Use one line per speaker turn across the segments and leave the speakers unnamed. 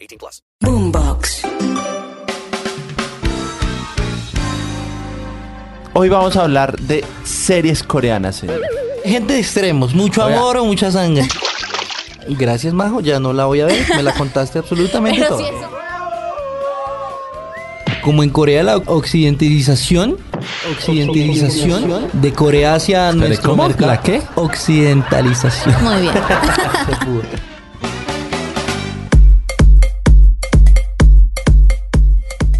18 plus.
Boombox.
Hoy vamos a hablar de series coreanas, señor.
Gente de extremos, mucho
Oiga.
amor o mucha sangre. Gracias, Majo, ya no la voy a ver, me la contaste absolutamente
Pero
toda.
si eso,
Como en Corea la occidentalización, occidentalización de Corea hacia nuestro
¿cómo?
mercado.
¿La qué?
Occidentalización.
muy bien.
Se pudo.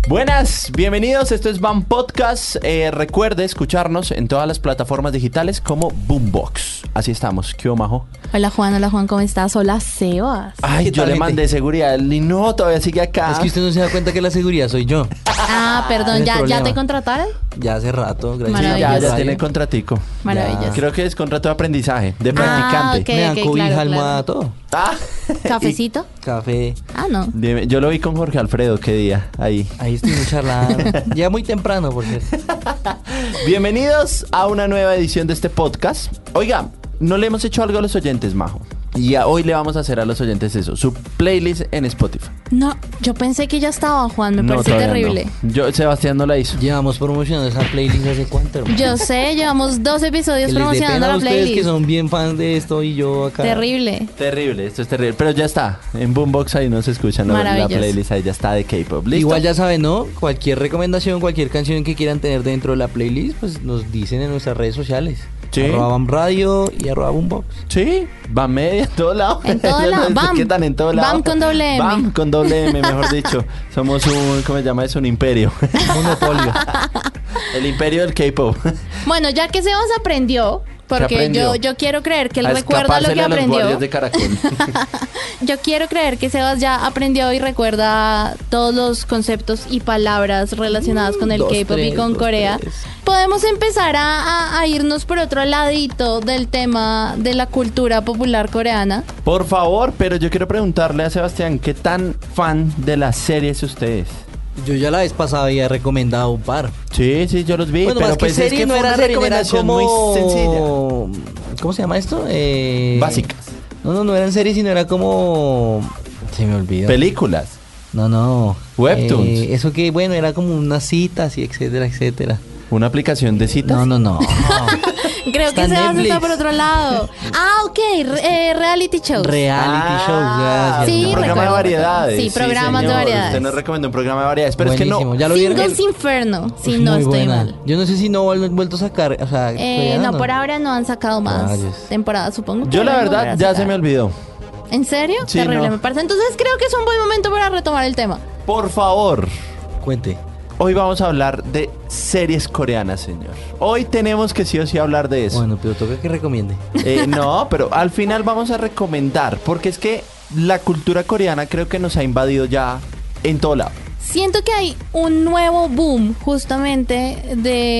Buenas, bienvenidos. Esto es Van Podcast. Eh, recuerde escucharnos en todas las plataformas digitales como Boombox. Así estamos. ¿Qué hubo, majo?
Hola Juan, hola Juan, ¿cómo estás? Hola Sebas.
Ay,
¿Qué
yo
tal,
le
gente?
mandé seguridad. Y no, todavía sigue acá.
Es que usted no se da cuenta que la seguridad soy yo.
Ah, perdón,
no hay
¿ya, ¿ya
problema.
te contrataron?
Ya hace rato, gracias.
Sí, ya,
Maravilloso.
ya tiene contratico.
Maravilloso.
Creo que es contrato de aprendizaje, de
Ah,
practicante.
ok.
Me dan
ok,
cobija,
claro,
almohada, todo.
Ah,
¿Cafecito?
Café.
Ah, no.
Dime, yo lo vi con Jorge Alfredo, qué día, ahí.
Ahí estoy charlando. ya muy temprano, porque
Bienvenidos a una nueva edición de este podcast. Oiga, no le hemos hecho algo a los oyentes, Majo. Y a- hoy le vamos a hacer a los oyentes eso, su playlist en Spotify.
No, yo pensé que ya estaba Juan, me parece
todavía
terrible.
no. Yo, Sebastián no la hizo.
llevamos promocionando esa playlist hace cuánto, hermano.
Yo sé, llevamos dos episodios
Que les dé
promocionando
pena a
la
ustedes
playlist.
que son bien fans de esto y yo acá.
Terrible.
Terrible, esto es terrible. Pero ya está, en Boombox ahí no se escucha ¿no? la
Maravilloso.
playlist, ahí ya está de K-pop. ¿Listo?
Igual ya saben, ¿no? Cualquier recomendación, cualquier canción que quieran tener dentro de la playlist, pues nos dicen en nuestras redes sociales.
Sí.
Arroba Bam Radio y arroba Boombox.
Sí, van media, en todo lado.
En todo
Yo no
lado,
sé
Bam.
¿Qué tan en todo lado?
Bam con doble M.
Bam con doble M, mejor dicho. Somos un, ¿cómo se llama eso? Un imperio.
Monopolio.
El imperio del K-pop.
Bueno, ya que Sebas aprendió, porque
aprendió?
yo, yo quiero creer que él
A
recuerda lo
escapársele
que
a los guardias
aprendió.
de caracol.
Yo quiero creer que Sebas ya aprendió y recuerda todos los conceptos y palabras relacionadas con el
dos,
K-pop y
tres,
con
dos,
Corea.
tres.
Podemos empezar a, a- a irnos por otro ladito del tema de la cultura popular coreana.
Por favor, pero yo quiero preguntarle a Sebastián, ¿qué tan fan de las series ustedes?
Yo ya la vez pasada había recomendado un par.
Sí, sí, yo los vi,
bueno,
pero
más que
pues es
serie
que
no
fue
era
una
serie, era
recomendación
como...
muy sencilla.
¿Cómo se llama esto? Eh,
Básicas.
No, no, no eran series, sino era como... Se me olvidó.
Películas.
No, no.
Webtoons.
Eh, eso que, bueno, era como unas citas y etcétera, etcétera.
Una aplicación de citas.
No, no, no.
Creo
Está
que
en
Sebas está
Netflix.
por otro lado. Ah, ok, re- eh, reality shows.
Reality
Ah,
shows, gracias.
Ah, Sí,
un programa de
recuerdo.
variedades.
Sí, programas de
señor,
variedades.
Usted nos recomendó un programa de variedades, pero es que
Buenísimo,
no.
ya lo vieron.
Singles Inferno, si no
Muy
estoy
buena.
mal.
Yo no sé si no han vuelto a sacar, o sea,
Eh,
todavía
no, por ahora no han sacado más
Rayos.
temporadas, supongo.
Yo
pero
la
no
verdad
volverá a
ya se
sacar.
me olvidó.
¿En serio?
Sí,
Terrible,
no.
me parece. Entonces creo que es un buen momento para retomar el tema.
Por favor,
Cuente.
hoy vamos a hablar de series coreanas, señor. Hoy tenemos que sí o sí hablar de eso.
Bueno, pero toca que recomiende.
Eh, no, pero al final vamos a recomendar, porque es que la cultura coreana creo que nos ha invadido ya en todo lado.
Siento que hay un nuevo boom justamente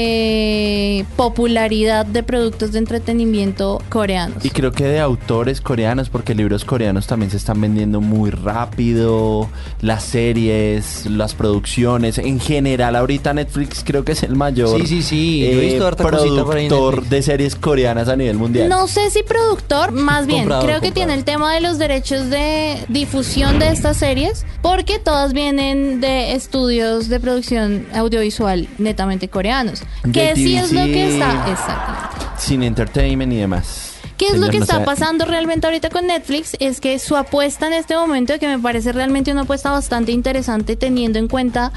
de popularidad de productos de entretenimiento coreanos.
Y creo que de autores coreanos, porque libros coreanos también se están vendiendo muy rápido, las series, las producciones, en general, ahorita Netflix creo que es el mayor eh,
Sí, sí, sí, yo he visto harta cosita por ahí en
productor
Netflix.
de series coreanas a nivel mundial.
No sé si productor, más bien,
Comprador,
creo que
comprador.
tiene el tema de los derechos de difusión de estas series, porque todas vienen de estudios de producción audiovisual netamente coreanos. Que sí es lo que
JTBC.
está. Exactamente.
Sin entertainment y demás.
¿Qué es lo
Señor,
que
no
está
sabe-
pasando realmente ahorita con Netflix? Es que su apuesta en este momento, que me parece realmente una apuesta bastante interesante teniendo en cuenta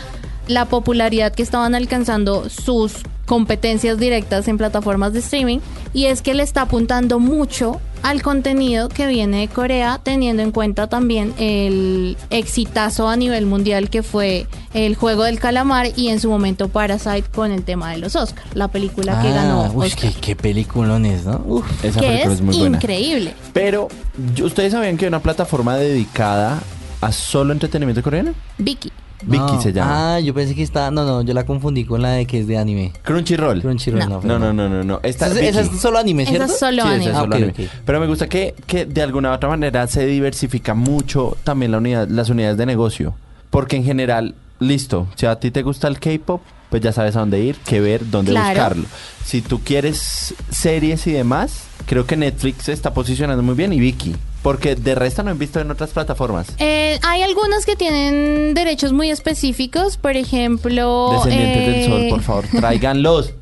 la popularidad que estaban alcanzando sus competencias directas en plataformas de streaming, y es que le está apuntando mucho al contenido que viene de Corea, teniendo en cuenta también el exitazo a nivel mundial que fue el juego del calamar y en su momento Parasite con el tema de los Oscars, la película
Ah,
que ganó
Ah, uy,
Oscar,
qué, qué peliculones, ¿no? Uf.
Esa
que
película
es,
es muy buena.
increíble.
Pero, ¿ustedes sabían que hay una plataforma dedicada a solo entretenimiento coreano.
Vicky.
Vicky
No.
se llama.
Ah, yo pensé que está. No, no, yo la confundí con la de que es de anime.
Crunchyroll.
Crunchyroll, no.
No, no, no, no, no. Esta,
Esa,
Vicky.
esa es solo anime,
Esa
¿cierto?
es
Sí,
solo
esa
anime.
es
Ah,
solo
ok,
anime.
ok.
Pero me gusta que, que de alguna u otra manera se diversifica mucho también la unidad, las unidades de negocio. Porque en general, listo, si a ti te gusta el K-pop, pues ya sabes a dónde ir, qué ver, dónde
Claro.
buscarlo. Si tú quieres series y demás, creo que Netflix se está posicionando muy bien y Vicky. Porque de resto no he visto en otras plataformas.
Eh, hay algunas que tienen derechos muy específicos, por ejemplo...
Descendientes del
eh,
Sol, por favor, tráiganlos.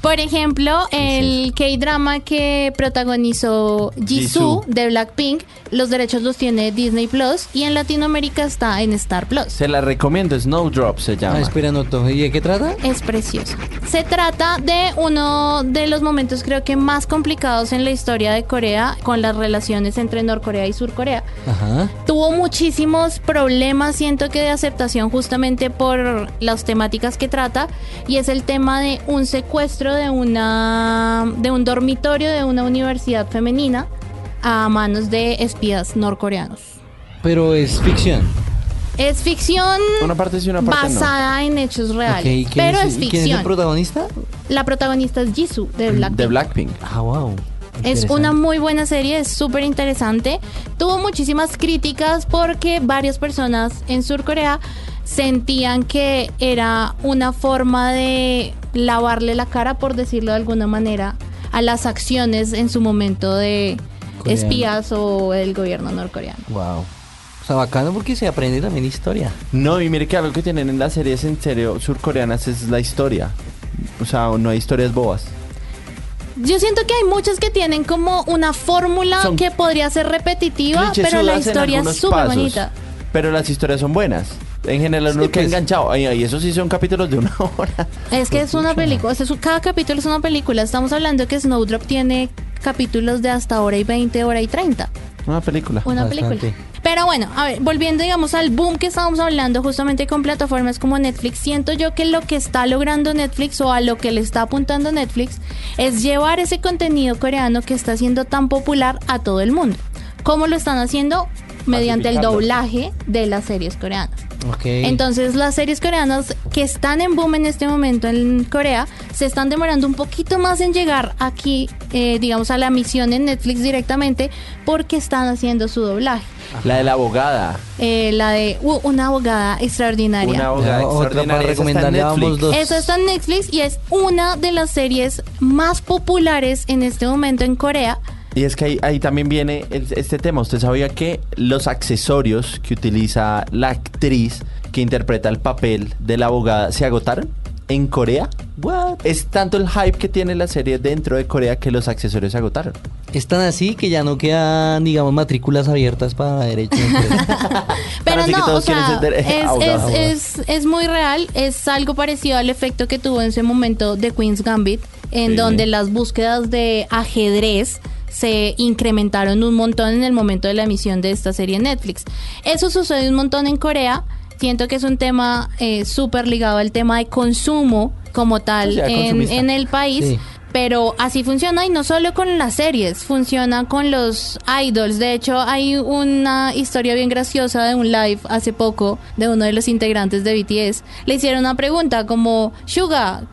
Por ejemplo, el K-drama que protagonizó Jisoo
Jisoo.
de Blackpink, los derechos los tiene Disney Plus y en Latinoamérica está en Star Plus.
Se la recomiendo, Snowdrop se
Ah,
llama.
espera, noto. ¿Y de qué trata?
Es preciosa. Se trata de uno de los momentos creo que más complicados en la historia de Corea con las relaciones entre Norcorea y Surcorea.
Ajá.
Tuvo muchísimos problemas, siento que de aceptación justamente por las temáticas que trata y es el tema de un secuestro de una de un dormitorio de una universidad femenina a manos de espías norcoreanos.
Pero es ficción.
Es ficción
Una parte sí, una parte no.
basada en hechos reales,
Ok, ¿y quién
pero
es-
es
y ¿Quién es el
ficción.
protagonista?
La protagonista es Jisoo de Blackpink.
De Blackpink.
Ah, wow.
Es una muy buena serie, es súper interesante. Tuvo muchísimas críticas porque varias personas en Sur Corea sentían que era una forma de lavarle la cara, por decirlo de alguna manera, a las acciones en su momento de
Coreano.
espías o el gobierno norcoreano.
Wow. O sea, bacano porque se aprende también historia.
No, y mire que algo que tienen en las series en serio surcoreanas es la historia. O sea, no hay historias bobas.
Yo siento que hay muchas que tienen como una fórmula
Son
que podría ser repetitiva, pero
Clichésudas
la
en
historia es
algunos
súper
pasos,
bonita.
Pero las historias son buenas. En general
Sí,
uno queda
pues.
enganchado. Ay, ay, eso sí son capítulos de una hora.
Es que es una película, o sea, su- cada capítulo es una película. Estamos hablando que Snowdrop tiene capítulos de hasta hora y 20, hora y 30.
Una película.
Una
Bastante.
película. Pero bueno, a ver, volviendo digamos al boom que estábamos hablando justamente con plataformas como Netflix, siento yo que lo que está logrando Netflix o a lo que le está apuntando Netflix es llevar ese contenido coreano que está siendo tan popular a todo el mundo. ¿Cómo lo están haciendo? Mediante el
Masificarlo.
doblaje de las series coreanas.
Ok.
Entonces las series coreanas que están en boom en este momento en Corea se están demorando un poquito más en llegar aquí, eh, digamos, a la misión en Netflix directamente porque están haciendo su doblaje.
La de la abogada.
Eh, la de uh, una abogada extraordinaria.
Una
Ya,
abogada
otra
extraordinaria. Esa está en
para recomendarle a ambos
Netflix.
dos.
Esa está en Netflix y es una de las series más populares en este momento en Corea.
Y es que ahí, ahí también viene el- este tema. Usted sabía que los accesorios que utiliza la actriz que interpreta el papel de la abogada se agotaron en Corea.
What?
Es tanto el hype que tiene la serie dentro de Corea que los accesorios se agotaron.
Es tan así que ya no quedan, digamos, matrículas abiertas para derecho. de empresa.
Pero
Ahora sí que
no, o
todos quieren
sea,
ser de- Ah,
es,
abogados.
es- es- es muy real, es algo parecido al efecto que tuvo en su momento de Queen's Gambit, en
Sí.
donde las búsquedas de ajedrez se incrementaron un montón en el momento de la emisión de esta serie en Netflix. Eso sucede un montón en Corea. Siento que es un tema eh, súper ligado al tema de consumo como tal
Sociedad
en,
consumista.
en el país.
Sí.
Pero así funciona y no solo con las series, funciona con los idols. De hecho, hay una historia bien graciosa de un live hace poco de uno de los integrantes de BTS. Le hicieron una pregunta como, Suga,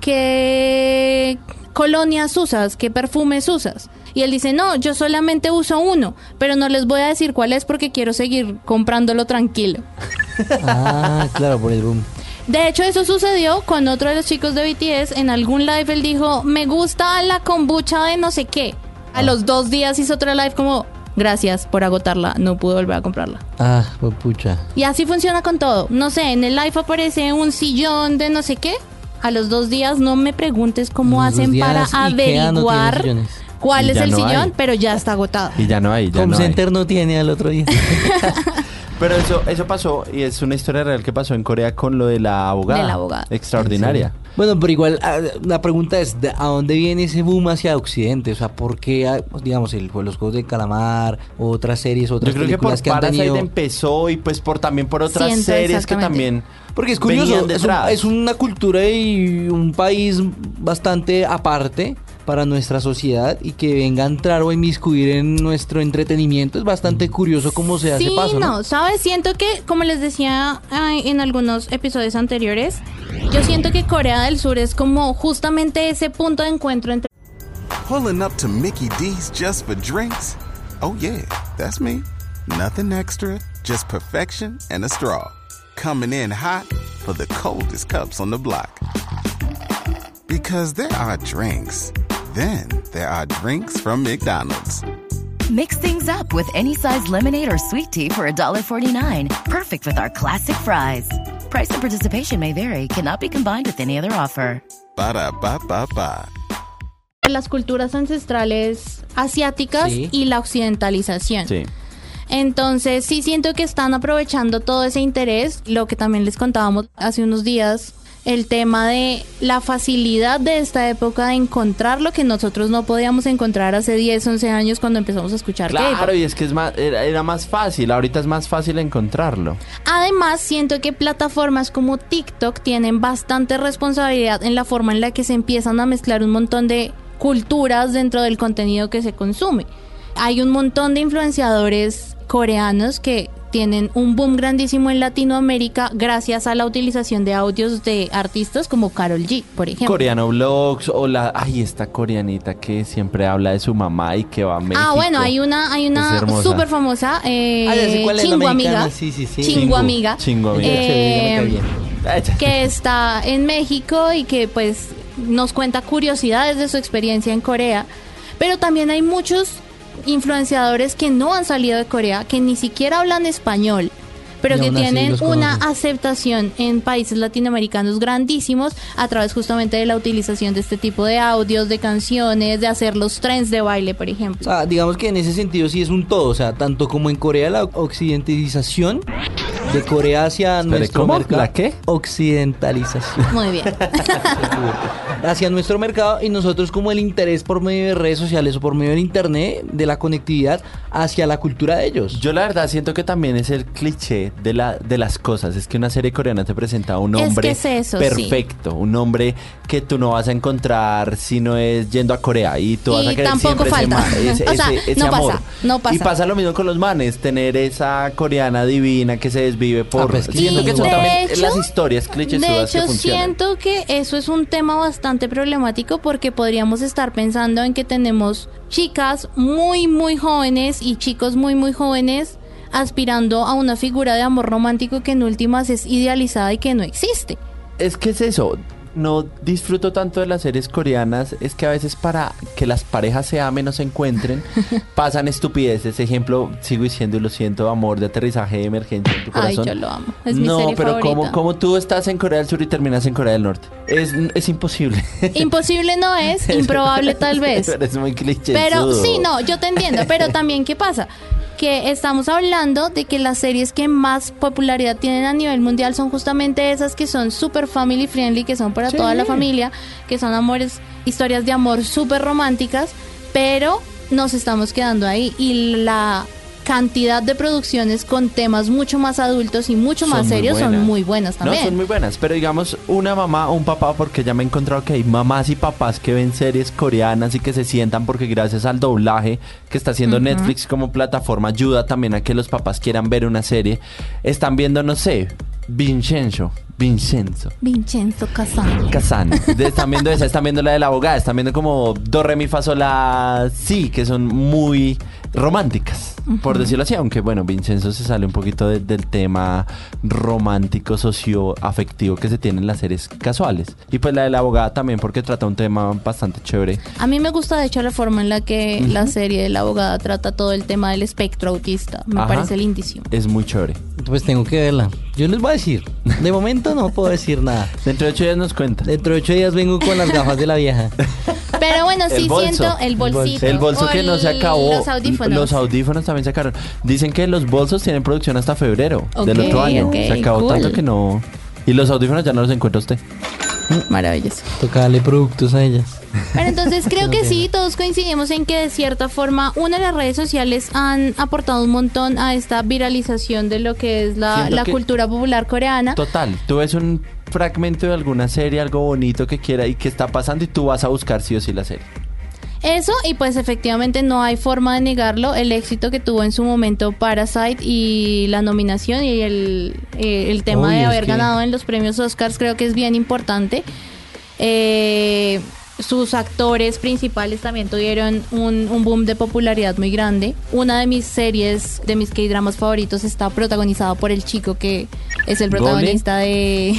¿qué colonias usas? ¿Qué perfumes usas? Y él dice, no, yo solamente uso uno, pero no les voy a decir cuál es porque quiero seguir comprándolo tranquilo.
ah, claro, por el boom.
De hecho, eso sucedió con otro de los chicos de BTS. En algún live él dijo, me gusta la kombucha de no sé qué. A los dos días hizo otro live como, gracias por agotarla, no pude volver a comprarla.
Ah, pues pucha.
Y así funciona con todo. No sé, en el live aparece un sillón de no sé qué. A los dos días no me preguntes cómo
Los dos
hacen para
días, Ikea no tiene
averiguar
sillones.
cuál
Y
es
ya
el
no
sillón,
hay.
pero ya está agotado.
Y ya no hay, ya
Home
no hay.
Center no tiene al otro día.
Pero eso, eso pasó y es una historia real que pasó en Corea con lo de la abogada.
De la abogada.
Extraordinaria.
Bueno, pero igual ah, la pregunta es, ¿de- ¿a dónde viene ese boom hacia Occidente? O sea, ¿por qué, ah, digamos, el, los Juegos de Calamar, otras series,
Yo
otras
creo que por
películas que, han
Parasite
tenido?
empezó y pues por también por otras
Siento
series que también
exactamente.
Porque es
venían
curioso, es, un-
detrás.
es una cultura y un país bastante aparte, para nuestra sociedad y que venga a entrar o a inmiscuir en nuestro entretenimiento es
Mm.
bastante curioso cómo se hace
sí,
paso.
no, ¿sabes? Siento que, como les decía ay, en algunos episodios anteriores, yo siento que Corea del Sur es como justamente ese punto de encuentro entre
Pulling up to Mickey D's just for drinks? Oh, yeah, that's me. Nothing extra, just perfection and a straw. Coming in hot for the coldest cups on the block. Because there are drinks, then there are drinks from McDonald's.
Mix things up with any size lemonade or sweet tea for $1.49. Perfect with our classic fries. Price and participation may vary, cannot be combined with any other offer.
Ba da ba ba ba.
las culturas ancestrales asiáticas
Sí.
y la occidentalización.
Sí.
Entonces sí siento que están aprovechando todo ese interés, lo que también les contábamos hace unos días, el tema de la facilidad de esta época de encontrar lo que nosotros no podíamos encontrar hace 10, 11 años cuando empezamos a escuchar K-pop.
Claro, y es que es más, era, era más fácil, ahorita es más fácil encontrarlo.
Además, siento que plataformas como TikTok tienen bastante responsabilidad en la forma en la que se empiezan a mezclar un montón de culturas dentro del contenido que se consume. Hay un montón de influenciadores coreanos que tienen un boom grandísimo en Latinoamérica gracias a la utilización de audios de artistas como Carol G, por ejemplo.
Coreano Vlogs o la... Ay, esta coreanita que siempre habla de su mamá y que va a México.
Ah, bueno, hay una, hay
Es
una
hermosa.
súper famosa, eh,
Ah, ya sé cuál es, la
Chingua
americana.
Amiga.
Sí, sí, sí.
Chingua Amiga.
Chingo, amiga.
Eh,
Chévere, ella me cae bien.
Echa.
que está en México y que pues nos cuenta curiosidades de su experiencia en Corea. Pero también hay muchos influenciadores que no han salido de Corea, que ni siquiera hablan español, pero
Y
que
aún así
tienen
los
una
conocen.
aceptación en países latinoamericanos grandísimos a través justamente de la utilización de este tipo de audios, de canciones, de hacer los trends de baile, por
O
ejemplo.
sea, digamos que en ese sentido sí es un todo, o sea, tanto como en Corea la occidentalización de Corea hacia nuestro
¿cómo?
mercado.
¿La qué?
Occidentalización.
Muy bien.
hacia nuestro mercado y nosotros como el interés por medio de redes sociales o por medio del internet, de la conectividad hacia la cultura de ellos.
Yo la verdad siento que también es el cliché de, la, de las cosas. Es que una serie coreana te presenta a un
Es que
hombre
es eso, sí.
perfecto. Un hombre que tú no vas a encontrar si no es yendo a Corea. Y tú vas
Y
a querer
tampoco
siempre
falta.
ese, ma- ese-
O sea,
ese- ese
no pasa,
amor.
no pasa.
Y pasa lo mismo con los manes. Tener esa coreana divina que se desvive por...
Ah, pues que
siento
sí,
que son
de
también
hecho-
las historias
De
clichésudas que
hecho,
funcionan.
siento que eso es un tema bastante problemático porque podríamos estar pensando en que tenemos chicas muy, muy jóvenes y chicos muy, muy jóvenes aspirando a una figura de amor romántico que en últimas es idealizada y que no existe.
Es que es eso. No disfruto tanto de las series coreanas. Es que a veces para que las parejas se amen o se encuentren, pasan estupideces. Ejemplo, sigo diciendo y lo siento, amor de aterrizaje de emergencia en tu
Ay,
corazón.
yo lo amo. Es mi
no,
serie
pero
favorita.
Como, como tú estás en Corea del Sur y terminas en Corea del Norte. Es, es imposible.
Imposible no es, improbable tal vez.
pero es muy cliché.
Pero sí, no, yo te entiendo. Pero también, ¿qué pasa? Que estamos hablando de que las series que más popularidad tienen a nivel mundial son justamente esas que son super family friendly, que son para toda la familia, que son amores, historias de amor súper románticas, pero nos estamos quedando ahí. Y la cantidad de producciones con temas mucho más adultos y mucho más serios son muy buenas también.
No, son muy buenas. Pero digamos, una mamá o un papá, porque ya me he encontrado que hay mamás y papás que ven series coreanas y que se sientan porque gracias al doblaje que está haciendo Netflix como plataforma ayuda también a que los papás quieran ver una serie. Están viendo, no sé, Vincenzo. Vincenzo.
Vincenzo Casano.
Kazan. De- Están viendo esa, están viendo la de la abogada, están viendo como Do, Re, Mi, Fa, Sol, La, Si, que son muy románticas, por decirlo así. Aunque bueno, Vincenzo se sale un poquito de- del tema romántico, socioafectivo que se tiene en las series casuales. Y pues la de la abogada también, porque trata un tema bastante chévere.
A mí me gusta de hecho la forma en la que la serie de la abogada trata todo el tema del espectro autista. Me
Ajá.
parece lindísimo.
Es muy chévere.
Pues tengo que verla. Yo les voy a decir, de momento no puedo decir nada.
Dentro de ocho días nos cuenta.
Dentro de ocho días vengo con las gafas de la vieja.
Pero bueno,
El
sí
bolso.
siento el bolsito.
El bolso
o
que no se
el-
acabó.
Los audífonos.
Los audífonos también se acabaron. Dicen que los bolsos tienen producción hasta febrero
Ok,
del otro año.
ok,
se acabó
cool.
tanto que no. Y los audífonos ya no los encuentra usted.
Maravilloso.
Toca darle productos a ellas.
Pero entonces creo que
No
sí, todos coincidimos en que de cierta forma, una, las redes sociales han aportado un montón a esta viralización de lo que es la,
Siento
la
que-
cultura popular coreana.
Total, tú ves un fragmento de alguna serie, algo bonito que quiera y que está pasando y tú vas a buscar sí o sí la serie.
Eso, y pues efectivamente no hay forma de negarlo, el éxito que tuvo en su momento Parasite y la nominación y el, eh, el tema
Uy,
de
es
haber
que-
ganado en los premios Oscars creo que es bien importante. Eh, sus actores principales también tuvieron un, un boom de popularidad muy grande. Una de mis series, de mis K-dramas favoritos, está protagonizada por el chico que es el
¿Dole?
protagonista de,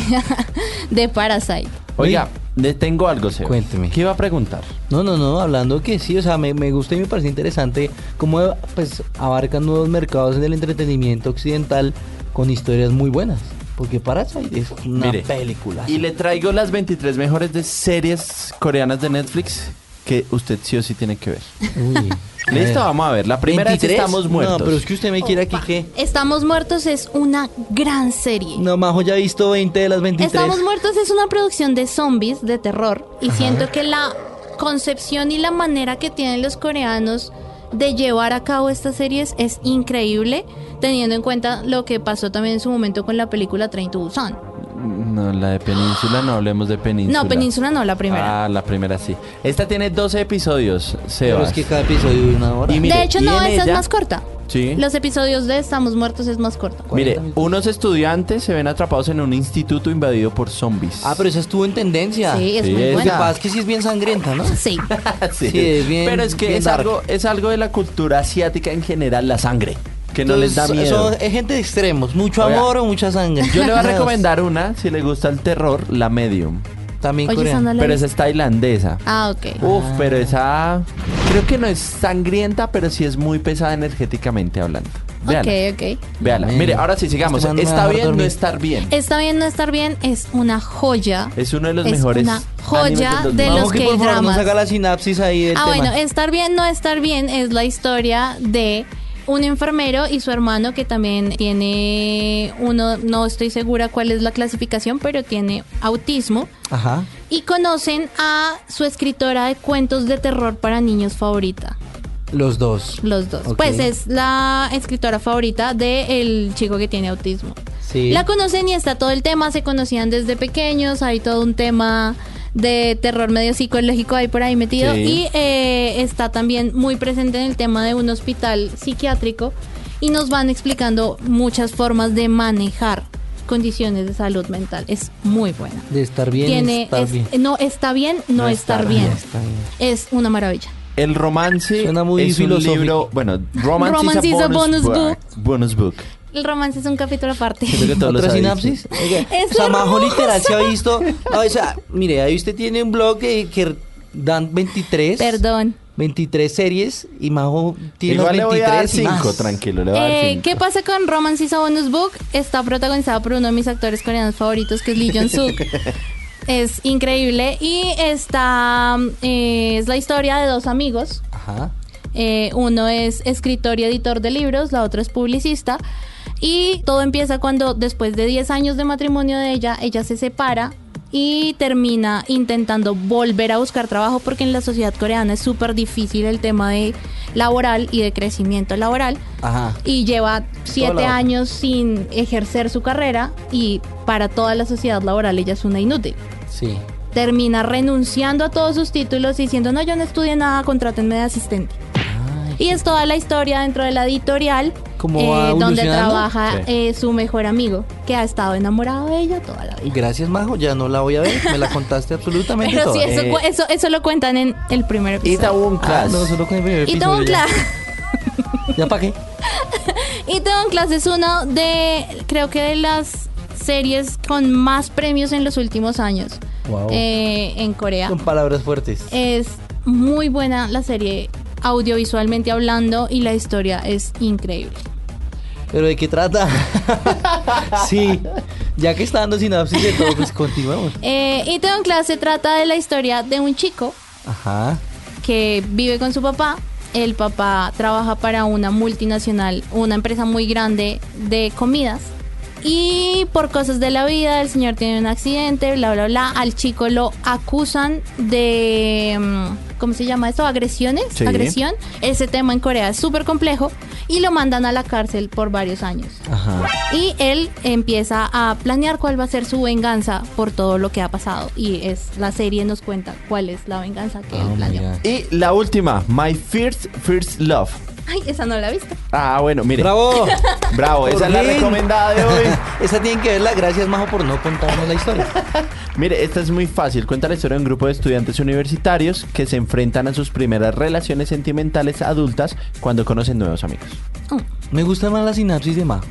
de Parasite.
Oiga, le tengo algo, Seba.
Cuénteme.
¿Qué iba a preguntar?
No, no, no, hablando que sí, o sea, me, me gusta y me parece interesante cómo pues abarcan nuevos mercados en el entretenimiento occidental con historias muy buenas. Porque Parasite es una
Mire,
película.
Y le traigo las 23 mejores de series coreanas de Netflix que usted sí o sí tiene que ver.
Uy.
Listo, vamos a ver. La primera es
23?
Estamos Muertos.
No, pero es que usted me quiere aquí que.
Estamos Muertos es una gran serie.
No, Majo ya ha visto 20 de las 23.
Estamos Muertos es una producción de zombies, de terror, y siento que la concepción y la manera que tienen los coreanos de llevar a cabo estas series es increíble, teniendo en cuenta lo que pasó también en su momento con la película Train to Busan.
No, la de Península, no hablemos de Península.
No, Península no, la primera.
Ah, la primera sí. Esta tiene 12 episodios,
Pero
Sebas.
es que cada episodio es una hora.
Y mire,
de hecho,
y
no,
en
esa es
ella-
más corta.
Sí.
Los episodios de Estamos Muertos es más corta.
Mire,
40 minutos.
unos estudiantes se ven atrapados en un instituto invadido por zombies.
Ah, pero esa estuvo en tendencia.
Sí, es
Sí,
muy
esa.
Lo que pasa
buena.
es que sí es bien sangrienta, ¿no?
Sí.
Sí,
Sí, es bien-
Pero es que
bien
es
dark.
algo, es algo de la cultura asiática en general, la sangre. Que no les da
Entonces,
miedo.
son- es gente de extremos, mucho
Oiga,
amor o mucha sangre.
Yo le voy a recomendar una, si le gusta el terror, la medium.
También
Oye, esa
coreana.
no la he
Pero
visto.
esa es tailandesa.
Ah, ok.
Uf, pero esa creo que no es sangrienta, pero sí es muy pesada energéticamente hablando. Véala.
Ok, ok.
Véala.
Amén.
Mire, ahora sí, sigamos.
Este man no va a
Está
dejar
bien no
dormir.
estar bien.
Está bien no estar bien es una joya.
Es uno de los
Es
mejores.
una joya
animes del
de
2000.
los
que por favor
K-dramas.
nos haga la sinapsis ahí del
Ah,
tema.
bueno, estar bien, no estar bien es la historia de un enfermero y su hermano que también tiene uno, no estoy segura cuál es la clasificación, pero tiene autismo
Ajá.
y conocen a su escritora de cuentos de terror para niños favorita,
Los dos.
los dos.
Ok.
Pues es la escritora favorita del chico que tiene autismo.
Sí.
La conocen y está todo el tema, se conocían desde pequeños, hay todo un tema de terror medio psicológico ahí por ahí metido
Sí.
y eh, está también muy presente en el tema de un hospital psiquiátrico y nos van explicando muchas formas de manejar condiciones de salud mental. Es muy buena.
de estar bien,
Tiene,
estar
es-
bien.
No está bien, no, estar, bien.
Está bien.
Es una maravilla.
El romance
Suena muy
es un
filosófico.
libro, bueno, romance,
Romance
is a bonus, book. Bonus book.
El romance es un capítulo aparte.
Siento que todos los
¿Otra
ha visto.
sinapsis? Oiga,
Es
o sea, Majo
hermosa.
literal se ha visto. Ah, O sea, mire, ahí usted tiene un blog que, que dan 23.
Perdón.
23 series y Majo tiene
Igual le
los
voy a
23
dar
y más.
5, tranquilo, le voy a dar
Eh,
5.
¿Qué pasa con Romance is a Bonus Book? Está protagonizada por uno de mis actores coreanos favoritos, que es Lee Jong Suk. es increíble. Y está. eh, es la historia de dos amigos.
Ajá.
Eh, uno es escritor y editor de libros, la otra es publicista. Y todo empieza cuando después de 10 años de matrimonio de ella, ella se separa y termina intentando volver a buscar trabajo porque en la sociedad coreana es súper difícil el tema de laboral y de crecimiento laboral.
Ajá.
Y lleva siete
la-
años sin ejercer su carrera y para toda la sociedad laboral ella es una inútil
Sí.
termina renunciando a todos sus títulos y diciendo, no, yo no estudié nada, contrátenme de asistente. Y es toda la historia dentro de la editorial,
¿Cómo
eh,
va
donde
evolucionando?
trabaja eh, su mejor amigo, que ha estado enamorado de ella toda la vida.
Gracias, Majo. Ya no la voy a ver. Me la contaste absolutamente
Pero
toda.
sí, eso,
Eh.
cu- eso, eso lo cuentan en el primer episodio.
Itaewon
Ah,
Class.
no, solo con el primer
Y
episodio ya.
Toon Class,
¿Ya para qué?
y Toon Class es uno de, creo que de las series con más premios en los últimos años
Wow.
eh, en Corea.
Con palabras fuertes.
Es muy buena la serie audiovisualmente hablando y la historia es increíble.
¿Pero de qué trata? sí. Ya que está dando sinapsis de todo, pues continuamos.
Eh, y Teon Class se trata de la historia de un chico
Ajá.
que vive con su papá. El papá trabaja para una multinacional, una empresa muy grande de comidas. Y por cosas de la vida, el señor tiene un accidente, bla, bla, bla. Al chico lo acusan de. mm, ¿Cómo se llama esto? Agresiones.
Sí.
Agresión. Ese tema en Corea es súper complejo. Y lo mandan a la cárcel por varios años.
Ajá.
Y él empieza a planear cuál va a ser su venganza por todo lo que ha pasado. Y es la serie nos cuenta cuál es la venganza que él
Oh my
planeó.
God.
Y la última, My First First Love.
Ay, esa no la he visto.
Ah, bueno, mire.
¡Bravo!
Bravo, esa es la
Por fin.
recomendada de hoy.
Esa tienen que verla. Gracias, Majo, por no contarnos la historia.
Mire, esta es muy fácil. Cuenta la historia de un grupo de estudiantes universitarios que se enfrentan a sus primeras relaciones sentimentales adultas cuando conocen nuevos amigos.
Me gusta más la sinapsis de Majo.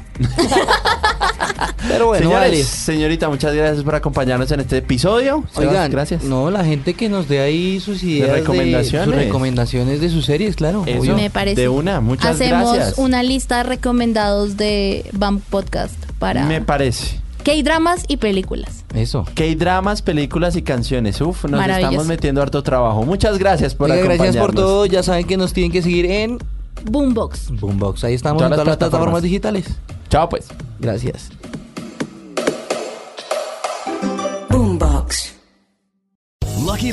Pero bueno,
Señores,
vale.
señorita, muchas gracias por acompañarnos en este episodio. Sebas,
Oigan,
gracias.
No, la gente que nos dé ahí sus ideas. de-
recomendaciones.
sus recomendaciones de sus series, claro.
Eso.
obvio.
Me parece.
De una, muchas
Hacemos
gracias.
una lista de recomendados de BAM Podcast para
Me parece.
K-dramas y películas.
Eso.
Que hay dramas, películas y canciones. Uf, nos
Maravilloso.
estamos metiendo harto trabajo. Muchas gracias por
Oiga,
acompañarnos.
gracias por todo. Ya saben que nos tienen que seguir en
Boombox.
Boombox. Ahí estamos
Todas
en
las
todas las plataformas
plataformas.
digitales.
Chao, pues.
Gracias.
Boombox.
Lucky